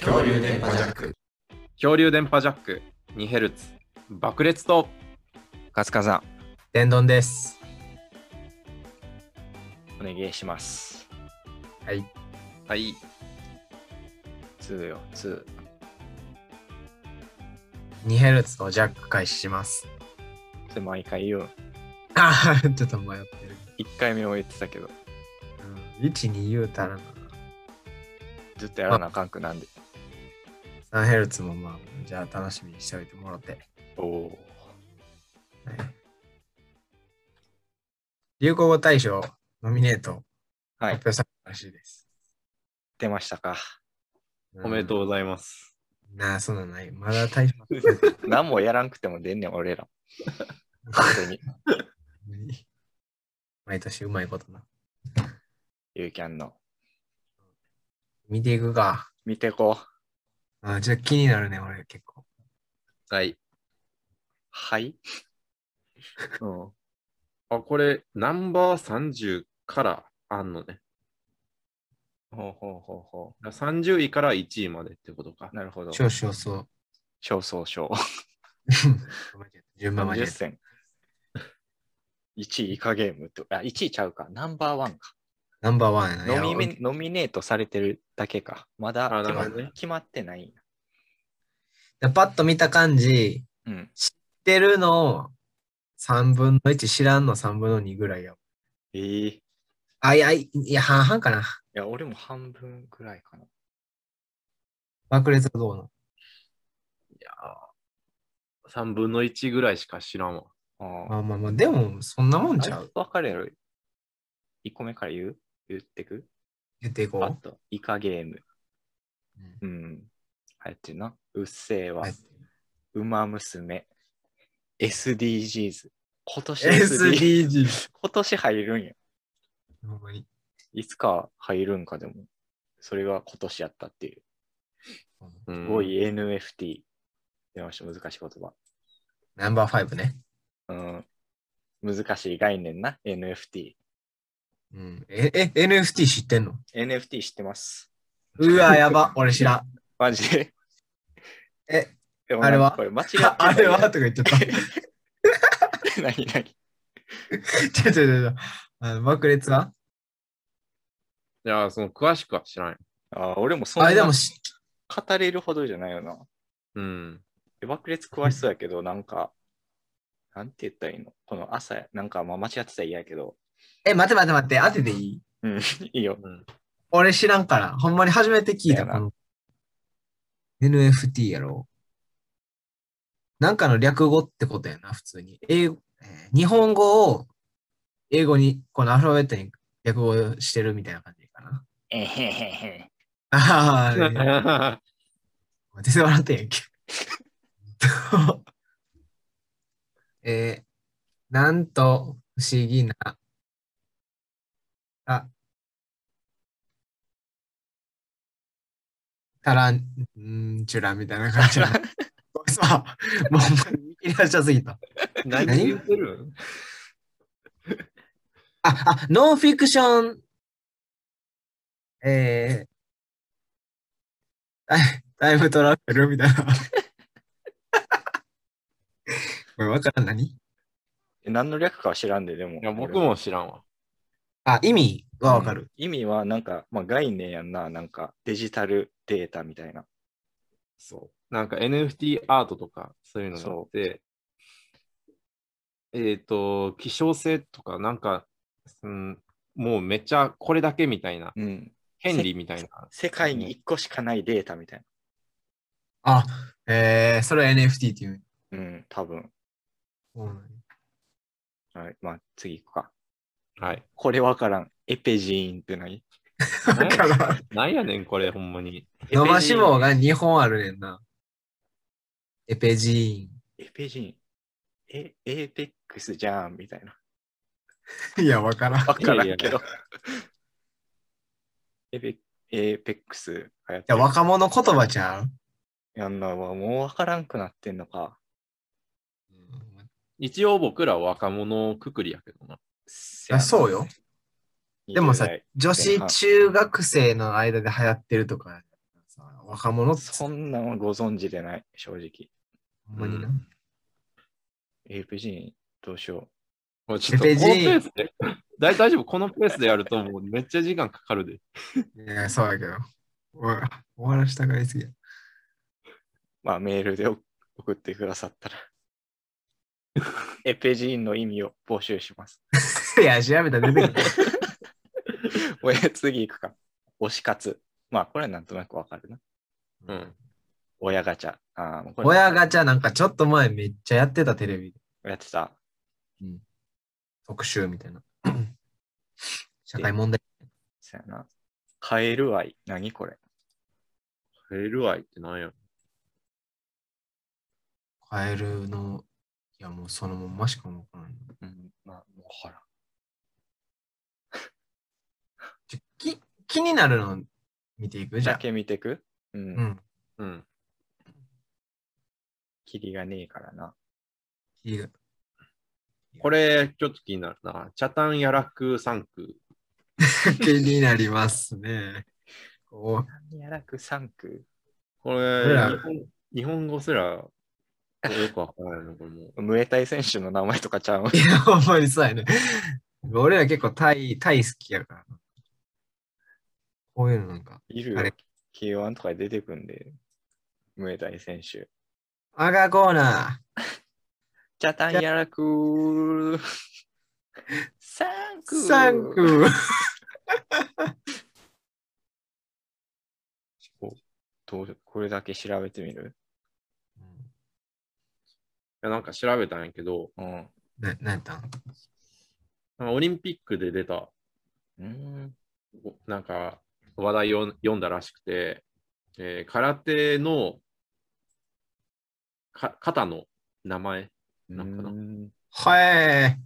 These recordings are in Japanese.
恐竜電波ジャック恐竜電波ジャック 2Hz 爆裂とカツカさん、天丼ですお願いします。はいはい2よ、2。 2Hz をジャック開始しますそれ毎回言うん。あ あちょっと迷ってる、 1回目を言ってたけど、うん、12言うたらなずっとやらなあかんくなんで。 3Hz もまあじゃあ楽しみにしておいてもらって、はい、おお。流行語大賞ノミネートは発い、表されたらしいです、出ましたか。おめでとうございますうんなあそんなんないまだ大賞何もやらんくても出んねん、俺ら。本当に。 毎年うまいことなゆうきゃんの。見ていくか見てこう。あーちょっと気になるね俺結構はいはい。うん。あこれナンバー30からあんのねほうほうほうほだから30位から1位までってことかう。なるほど。少々そう少々少。順番間違え30た戦。1位以下ゲームって、あ、1位ちゃうか。ナンバーワンか。ナンバーワンやな。ノミいやネノミネートされてるだけか。まだあ決なま,、るほどね決まってないんや。俺パッと見た感じ、うん。知ってるの3分の1、知らんの3分の2ぐらいよ。えー、いあ、いや、いいや、半々かな。や、俺も半分くらいかな。爆裂はどうなの3分の1ぐらいしか知らんわまああまあまあ、でも、そんなもんあ。ちゃあう。分かるやろ ?1 個目から言う言ってく言っていこあう。と、イカゲーム。うんうん。入ってるな。うっせぇわはい。ウマ娘。SDGs。今年 SDGs。 SDGs。今年入るんや。ほんまに。いつか入るんかでも。それが今年やったっていう。すすごい NFT。出ました。難しい言葉。ナンバー5ね。うん。難しい概念な。NFT。うん、え、え、NFT 知ってんの NFT 知ってます。うわ、やば、俺知らん。マジで。え、でもあれはなんかこれ間違ってあ あれはとないか言っちゃった。ちやょん 何何ちょちょちょ。あの爆裂はいやその詳しくは知らんよあ俺もそんあなれでも知語れるほどじゃないよな。うんで爆裂詳しそうやけど、なんか、なんて言ったらいいのこの朝、なんかまあ間違ってたら嫌やけど、え、待て待て待て、当てていいうん、いいよ。 うん俺知らんから、ほんまに初めて聞いだたよなこの NFT やろ。なんかの略語ってことやな、普通に。英語えー日本語を英語に、このアルファベットに略語してるみたいな感じかな。えへへ へ。あ あ、は手伝笑ってんやんけ。 えーなんと不思議な。あ。タラン、んーチュラみたいな感じの。 さあ、もう、いらっしゃすぎた。い何言ってるんあ、あ、ノンフィクション、えー、タイタイムトラベルみたいな。 これわからん何え何の略かは知らんで、でも。いや僕も知らんわあ、意味はわかる。意味はなんか、まあ、概念やんな、なんかデジタルデータみたいな。そう。なんか NFT アートとかそういうのがあって、えっ、と、希少性とか、なんか、うん、もうめっちゃこれだけみたいな、うん。権利みたいな。世界に1個しかないデータみたいあ、えー、それは NFT っていう。な。うん、多分。はい、まあ、次行くか。はい。これわからん。エペジーンって何だからん、なんやねん、これ、ほんまに。 伸ばし棒が。が2本あるねんな。エペジエペジーン。え、エーペックスじゃんみたいな。ーン。いや、わからん。わからんいやけいやど。エペエーペックス流行っいや、てる若者言葉ちゃう、やんなわもうわからんくなってんのか。一応僕らは若者くくりやけどな。せやなあそうよ。でもさ20代女子中学生の間で流行ってるとか、さ若者ってそんなのご存知でない、正直。ほんまにな。う APG どうしよもうちょっとこのペースで、大大丈夫、このペースでやるともうめっちゃ時間かかるで。いや、そうやけど。おい終わらしたがりすぎや。う。まあメールで送送ってくださ ったら。エペジーンの意味を募集します。 い や、調べたら出てくる。おや次行くか。推し活。まあこれはなんとなくわかるな。うん。親ガチャ。ああ、これ親ガチャなんかちょっと前めっちゃやってたテレビでやってた。特集みたいな。社会問題。そやな。カエル愛。何これ。カエル愛ってなんやカエルの、いやもうそのまんましかもわからん。うん、まあ、もうほら。ちょき気になるの見ていくじゃだん。け見てくうん。うん。うん。キリがねえからな。いいよこれ、ちょっと気になるな。チャタンヤラクサンク。 気になりますね。お何やらく3区これ、ほ日ら本日本語すらよくわからないの、これもう。ムエタイ選手の名前とかちゃういや、ほんまにそうやね。俺ら結構タイ、タイ好きやからな。こういうのなんか。いるよあれ。 K1 とかで出てくんで。ムエタイ選手。赤コーナチャタンやらくー。サンクー、サンクー。どうこれだけ調べてみるいやなんか調べたんやけど、うん。うな、なんやったんなんかオリンピックで出た、ーん。おなんか話題を読んだらしくて、えー空手のか肩の名前、なんかなうーんはい。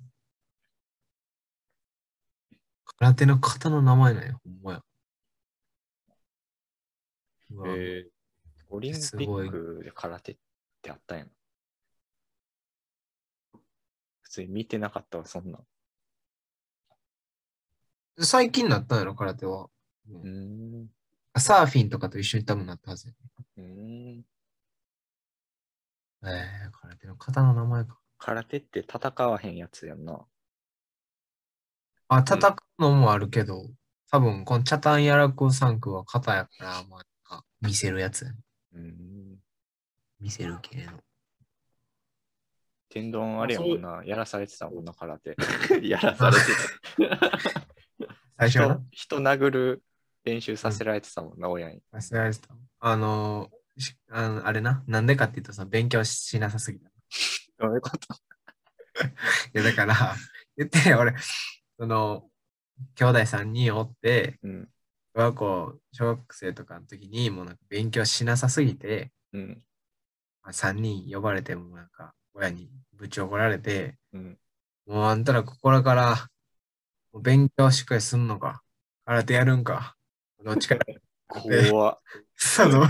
空手の方の名前なんや、ほんまや。うわえオリンピックで空手ってあったんやな。普通に見てなかったわ、そんなん。最近なったんやろ、空手は。うーん。サーフィンとかと一緒に多分なったはずや。うーんえー、空手の方の名前か。空手って戦わへんやつやんな。あ、叩くのもあるけど、多分このチャタンヤラクサンクは肩やから、まあなんか、見せるやつやね。うーん。見せる系の。天丼あれやもんな。やらされてたもんな、空 手。ーやらされて。最初はな人人殴る練習させられてたもんな、親に。忘れられてた。あのー、しあのあれな、なんでかっていうとさ、勉強しなさすぎた。いどういうことや、だから、 言ってね、俺、その、兄弟3人おって、うん。小学校、小学生とかの時に、もうなんか勉強しなさすぎて、うん。まあ、3人呼ばれても、なんか、親にぶち怒られて、うん。もうあんたらここらから、もう勉強しっかりすんのか、空手やるんか、どっちか怖っ。その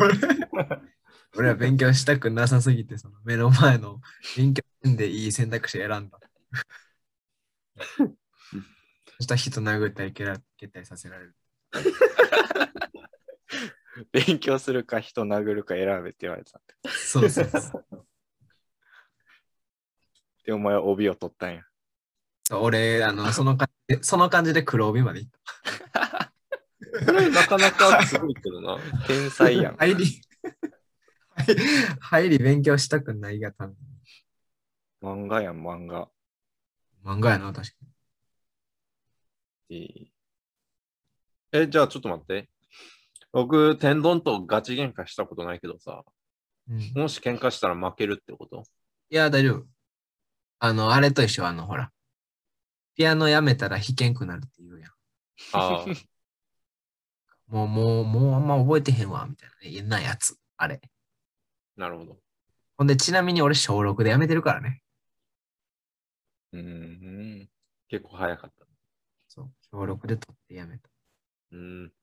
俺は勉強したくなさすぎてその目の前の勉強せんでいい選択肢選 んだ。そしたら人殴ったり蹴ら蹴ったりさせられる。勉強するか人殴るか選べって言われてた。そうそうそう。で、お前は帯を取ったんや。そう俺あのその感じで、その感じで黒帯まで行ったこれなかなかすごいけどな。 天才やん た。。入り、入り勉強したくないがために。漫画やん、漫画。漫画やな、確かに。いいえ、じゃあちょっと待って。僕、天丼とガチ喧嘩したことないけどさ、うん、いもし喧嘩したら負けるってことや、大丈夫。あの、あれと一緒、あの、ほら。ピアノやめたら弾けんくなるって言うやん。ああ、もう、もう、もうあんま覚えてへんわ、みたいな。嫌なやつ、あれ。なるほど。ほんで、ちなみに俺、小6で辞めてるからね。うーん。結構早かった。そう、小6で取って辞めた。うん。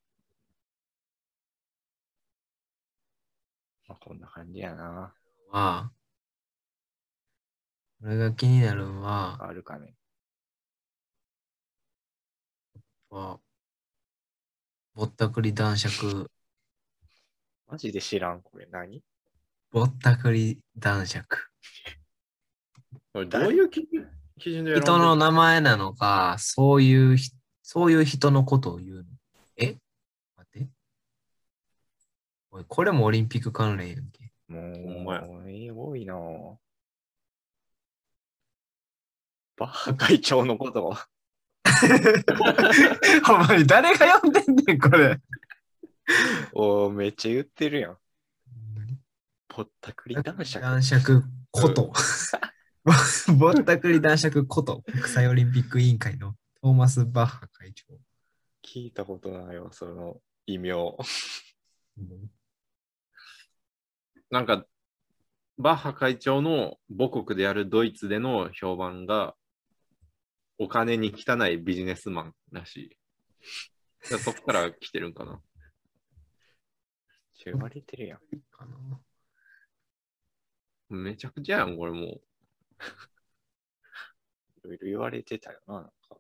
まあ、こんな感じやな。まあ、俺が気になるのは、あるかね。まあぼったくり男爵マジで知らん。これ何ぼったくり男爵。これどういう基準基準で選んでる人の名前なのか、そういうひ、そういう人のことを言うの。え待って。おいこれもオリンピック関連やんけ。もほんまやう、えー多いなぁバッハ会長のことを。 お前、誰が読んでんねん、これ。おーめっちゃ言ってるやん。ぼったくり 男爵。男爵こと。ぼったくり男爵こと、国際オリンピック委員会のトーマス・バッハ会長。聞いたことないわ、その異名。なんか、バッハ会長の母国であるドイツでの評判が、お金に汚いビジネスマンらしい。だからそこから来てるんかな。言われてるやん。かなめちゃくちゃやん、これもいろいろ言われてたよな、なんか。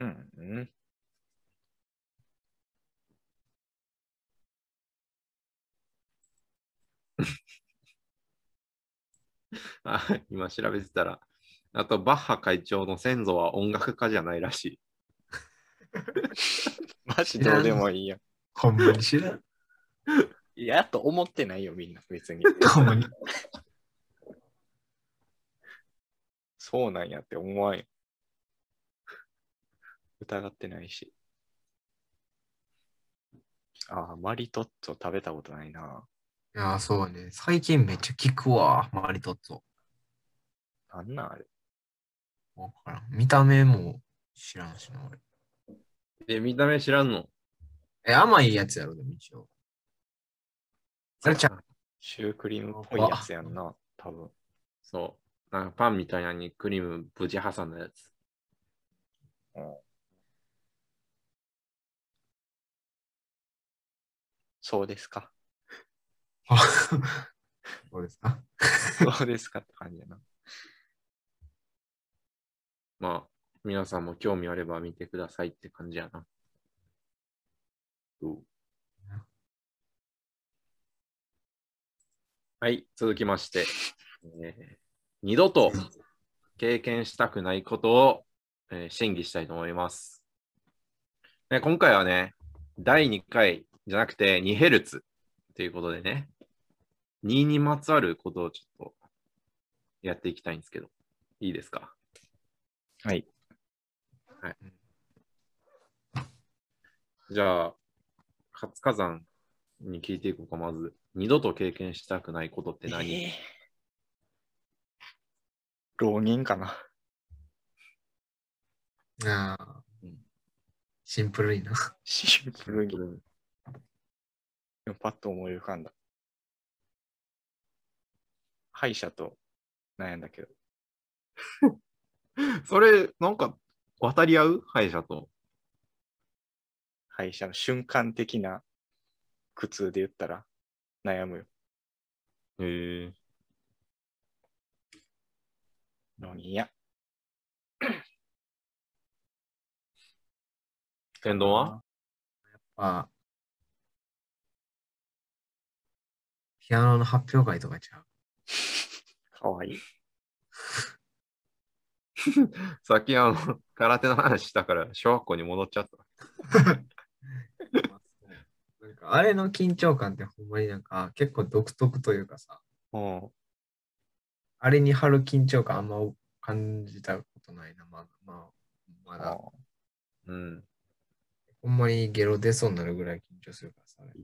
うん、うん。う。あ今調べてたら。あと、バッハ会長の先祖は音楽家じゃないらしい。マジどうでもいいやん。ほんまに知らん。いやと思ってないよ、みんな、別に。 ほんまに。そうなんやって思わんよ。疑ってないし。ああ、マリトッツォ食べたことないな。いやー、そうね。最近めっちゃ聞くわ、マリトッツォ。なんなんあれ。わからん。見た目も知らんしな、俺。で、見た目知らんの。え、甘いやつやろ、でも一応。それちゃうシュークリームっぽいやつやんな、多分。そう。なんかパンみたいなのにクリームぶち挟んだやつ。そうですか。 あそうですか。そうですかって感じやな。まあ、皆さんも興味あれば見てくださいって感じやな。うんはい、続きまして、えー二度と経験したくないことを、えー審議したいと思います、ね。今回はね、第2回じゃなくて2ヘルツということでね、2にまつわることをちょっとやっていきたいんですけど、いいですかはい。じゃあ、活火山に聞いていこうか、まず。二度と経験したくないことって何、えー浪人かな。ああ、うんシンプルにな。シンプルに。パッと思い浮かんだ。歯医者と悩んだけど。それ、なんか、渡り合う歯医者と。歯医者の瞬間的な苦痛で言ったら悩むよ。へえ。のにいや。天丼はあピアノの発表会とかちゃう。かわいい。さっき、あの、 空手の話したから、小学校に戻っちゃった。なんかあれの緊張感ってほんまになんか結構独特というかさ、うん。あれに張る緊張感あんま感じたことないな、まだ。まあ、まだ。うん。ほんまにゲロ出そうになるぐらい緊張するからさ、あれ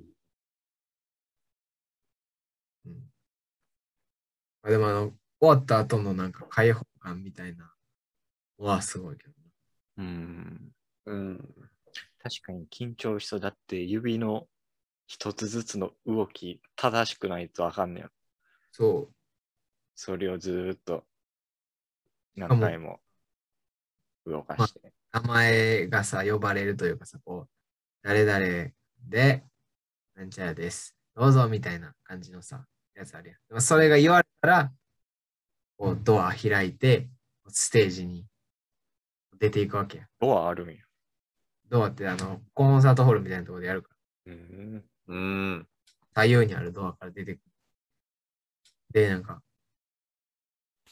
うん。あでもあの、終わった後のなんか解放感みたいな、はすごいけどな。うん。うん。確かに緊張しそうだって指の一つずつの動き正しくないとあかんねん。そう。それをずーっと何回も動かして。名前がさ、呼ばれるというかさ、こう、誰々で、なんちゃらです。どうぞみたいな感じのさ、やつあるやん。でもそれが言われたら、こう、ドア開いて、ステージに出ていくわけや。ドアあるんや。ドアってあの、コンサートホールみたいなところでやるかうん。うん。ら、左右にあるドアから出てくる。で、なんか、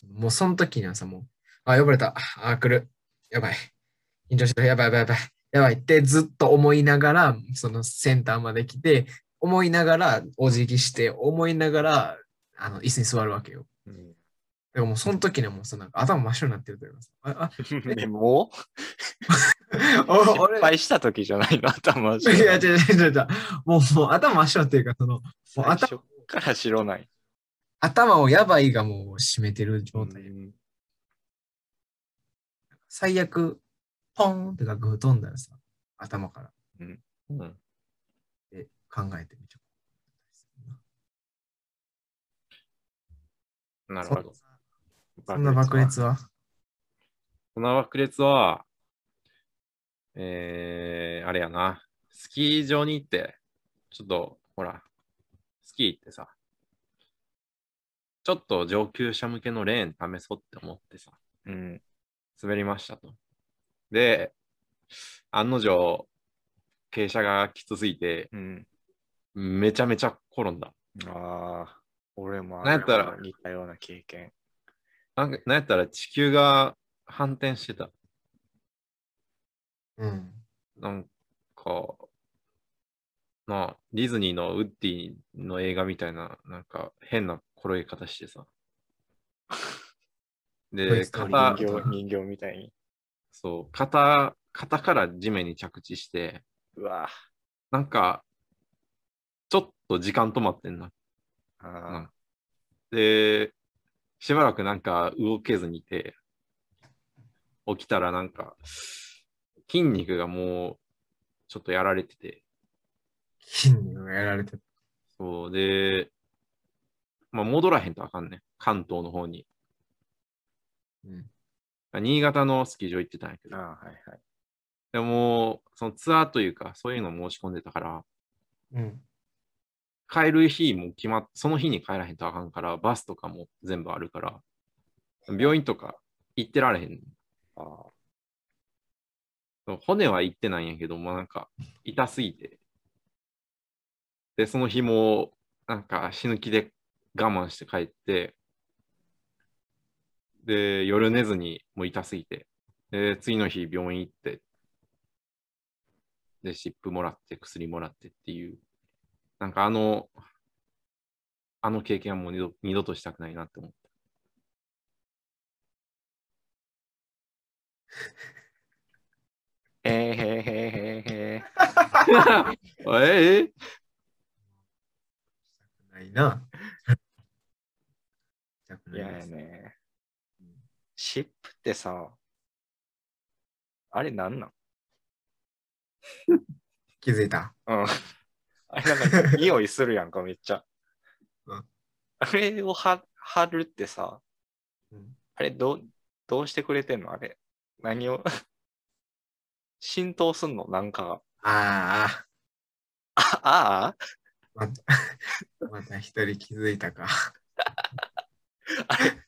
もうその時にはさ、もう、あ、呼ばれた。あ、来る。やばい。緊張してる。やばいやばいやばい。やばいってずっと思いながら、そのセンターまで来て、思いながらお辞儀して、思いながら、あの、椅子に座るわけよ。でももうその時にはもうそのなんか頭真っ白になってるというかさ、あ、でも、あ、お失俺、敗した時じゃない の、頭いや、違う違う違う違う。もう、もう頭真っ白っていうか、その、もう最初から白ない。頭をやばいがもう締めてる状態。うん最悪、ポンって楽譜飛んだらさ、頭からうん、で考えてみちゃなるうほど。そんな爆裂はこの爆裂は、えー、あれやな。スキー場に行って、ちょっと、ほら、スキーってさ、ちょっと上級者向けのレーン試そうって思ってさ、うん。滑りましたと。で、案の定、傾斜がきつすぎて、うん。めちゃめちゃ転んだ。ああ、俺もなんやったら似たような経験。なんかなんやったら地球が反転してた。うん。なんか、なあ、ディズニーのウッディの映画みたいな、なんか変な転げ方して さ。トイで、ストーリ肩ー人あ、形人形みたいに。そう、肩、肩から地面に着地して、うわなんか、ちょっと時間止まってんな。あうんあで、しばらくなんか動けずにいて、起きたらなんか、筋肉がもう、ちょっとやられてて、筋肉がやられてる。そうで、まあ、戻らへんとあかんねん。関東の方に。うん。新潟のスキー場行ってたんやけー。あど。あ、はいはい。でも、そのツアーというか、そういうの申し込んでたから、うん。帰る日も決まっ、その日に帰らへんとあかんから、バスとかも全部あるから、病院とか行ってられへん。ああ。骨は行ってないんやけど、もうなんか、痛すぎて。で、その日も、なんか、死ぬ気で我慢して帰って、で、夜寝ずに、もう痛すぎて。で、次の日、病院行って、で、湿布もらって、薬もらってっていう、なんかあの、あの経験はもう二度二度としたくないなって思 った。へえへえへえへえ。ええないな。 痛くいなやいでやすね。湿布ってさ、あれなんなん気づいた。うん。 あれなんか匂いするやんか、めっちゃ。うんあれをは貼るってさ、うんあれどう、どうしてくれてんのあれ。何を 浸透すんのなんかが。ああ、ああまた、また一人気づいたか。ああれ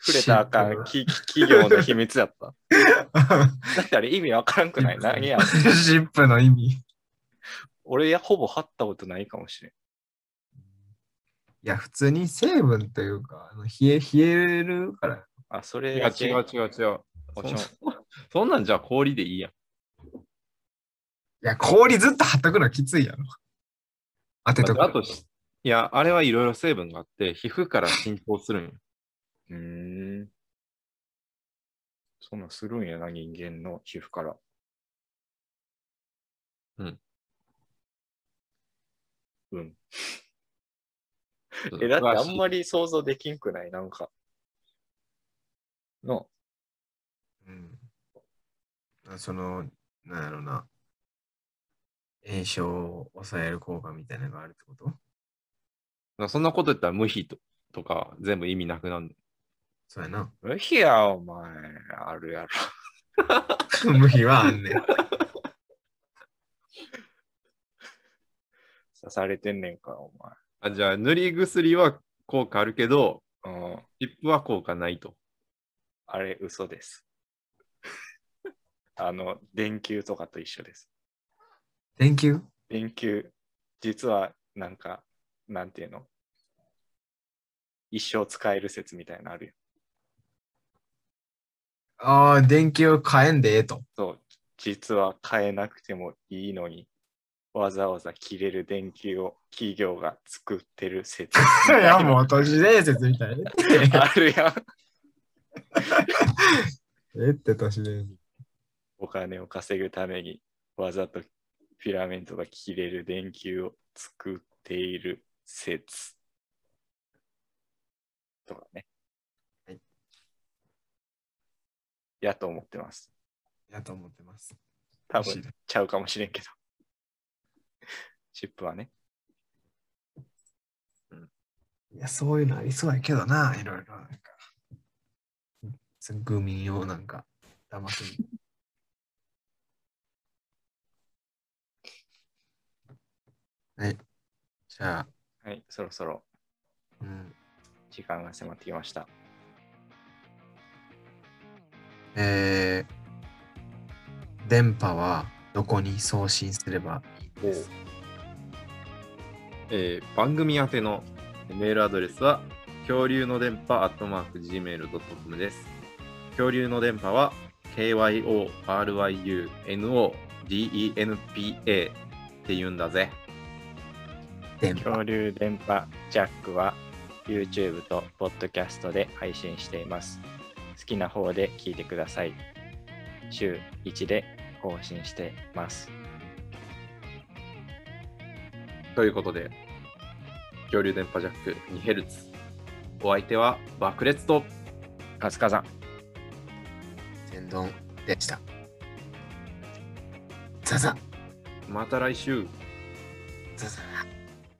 触れたらあかシンプルんき企業なの秘密やった。 だってあれ意味わからんくないシンプル 何や。シップの意味。い俺やほぼ貼ったことないかもしれん。や、普通に成分というか、あの冷え、冷えるから。あ、そいれや、違う違う違う。もちろんそんそんなんじゃ氷でいいやん。いや、氷ずっとはたくのきついやろ。当てとく。あとし、いや、あれはいろいろ成分があって、皮膚から浸透するんよ。うーん。そんなんするんやな、人間の皮膚から。うん。うん。そう え、だってあんま詳しり想像できんくないなんか。の、うんあその、なんやろな、炎症を抑える効果みたいなのがあるってこといそんなこと言ったら無比ととか全部意味なくなる。そうやな。無比や、お前。あるやろ。 無比はあんねん。刺されてんねんから、おあじゃあ、塗り薬は効果あるけど、前。うん。リップは効果ないと。あれ、嘘です。 あの、電球とかと一緒です。電球電球、実はなんか、なんていうの一生使える説みたいなのあるよ。ああ、電球変えんでええと。そう、実は変えなくてもいいのに、わざわざ切れる電球を企業が作ってる説いや、もう都市伝説みた い。 あるやん。えって都市伝説。お金を稼ぐために、わざとフィラメントが切れる電球を作っている説。とかね。はい。やと思ってます。やと思ってます。多分ちゃうかもしれんけど。 チップはね。いや、そういうのありそうやけどな、いろいろ。なんか、グミをなんか、騙す。 はい。じゃあ、はい、そろそろうん。時間が迫ってきました。えー、電波はどこに送信すればいいですえー番組宛てのメールアドレスは恐竜の電波アットマーク Gmail.com です。恐竜の電波は KYORYUNODENPA って言うんだぜ。電波恐竜電波ジャックは YouTube と Podcast で配信しています。好きな方で聞いてください。週1で更新してます。ということで、恐竜電波ジャック 2Hz。お相手は爆裂とカズカさん、天丼でした。ザザまた来週。ザザ